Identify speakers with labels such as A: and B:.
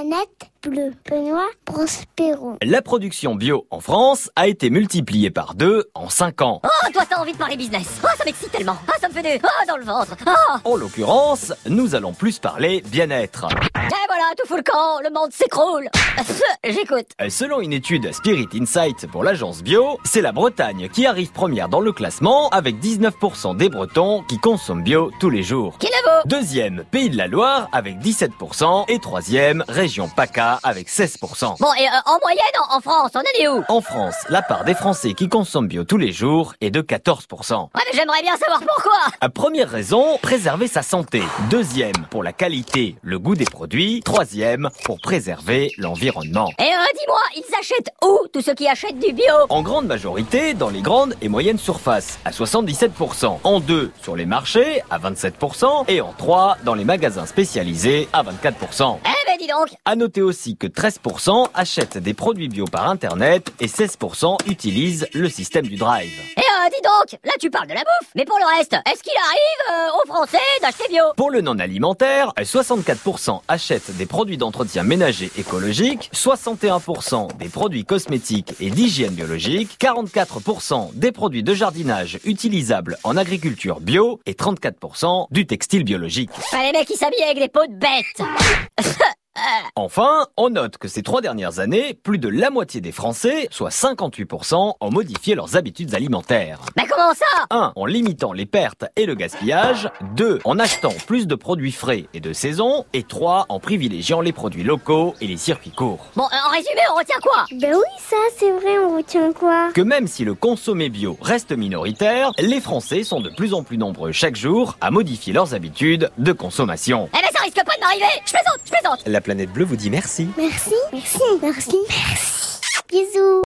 A: planète bleue. Benoît Prospero.
B: La production bio en France a été multipliée par deux en 5 ans.
C: Oh, toi, ça a envie de parler business. Oh, ça m'excite tellement. Ah, ça me fait des... Oh, dans le ventre. Oh
B: En l'occurrence, nous allons plus parler bien-être.
C: Et voilà, tout fout le camp. Le monde s'écroule. J'écoute.
B: Euh, Selon une étude Spirit Insight pour l'agence bio, c'est la Bretagne qui arrive première dans le classement avec 19% des Bretons qui consomment bio tous les jours.
C: Qui ne vaut
B: Deuxième, Pays de la Loire avec 17% et troisième, région PACA avec 16%.
C: Bon, et euh, en moyenne, en, en France, on en est où
B: En France, la part des Français qui consomment bio tous les jours est de 14%.
C: Ouais, mais j'aimerais bien savoir pourquoi.
B: À première raison, préserver sa santé. Deuxième, pour la qualité, le goût des produits. Troisième, pour préserver l'environnement.
C: Et euh, dis-moi, ils achètent où, tous ceux qui achètent du bio
B: En grande majorité, dans les grandes et moyennes surfaces, à 77%. En deux, sur les marchés, à 27%. Et en trois, dans les magasins spécialisés, à 24%.
C: Eh ben, dis donc.
B: À noter aussi que 13% achètent des produits bio par Internet et 16% utilisent le système du drive.
C: Eh euh, dis donc, là tu parles de la bouffe, mais pour le reste, est-ce qu'il arrive euh, aux Français d'acheter bio
B: Pour le non alimentaire, 64% achètent des produits d'entretien ménager écologique, 61% des produits cosmétiques et d'hygiène biologique, 44% des produits de jardinage utilisables en agriculture bio et 34% du textile biologique.
C: Enfin, les mecs, ils s'habillent avec des peaux de bêtes.
B: Enfin, on note que ces trois dernières années, plus de la moitié des Français, soit 58%, ont modifié leurs habitudes alimentaires.
C: mais comment ça
B: 1. En limitant les pertes et le gaspillage. 2. En achetant plus de produits frais et de saison. Et 3. En privilégiant les produits locaux et les circuits courts.
C: Bon, euh, en résumé, on retient quoi
A: Ben oui, ça, c'est vrai, on retient quoi
B: Que même si le consommer bio reste minoritaire, les Français sont de plus en plus nombreux chaque jour à modifier leurs habitudes de consommation.
C: Eh ben ça risque pas de m'arriver Je plaisante, je plaisante
B: La planète bleue vous dit merci.
A: Merci. Merci. Merci. Merci. Bisous.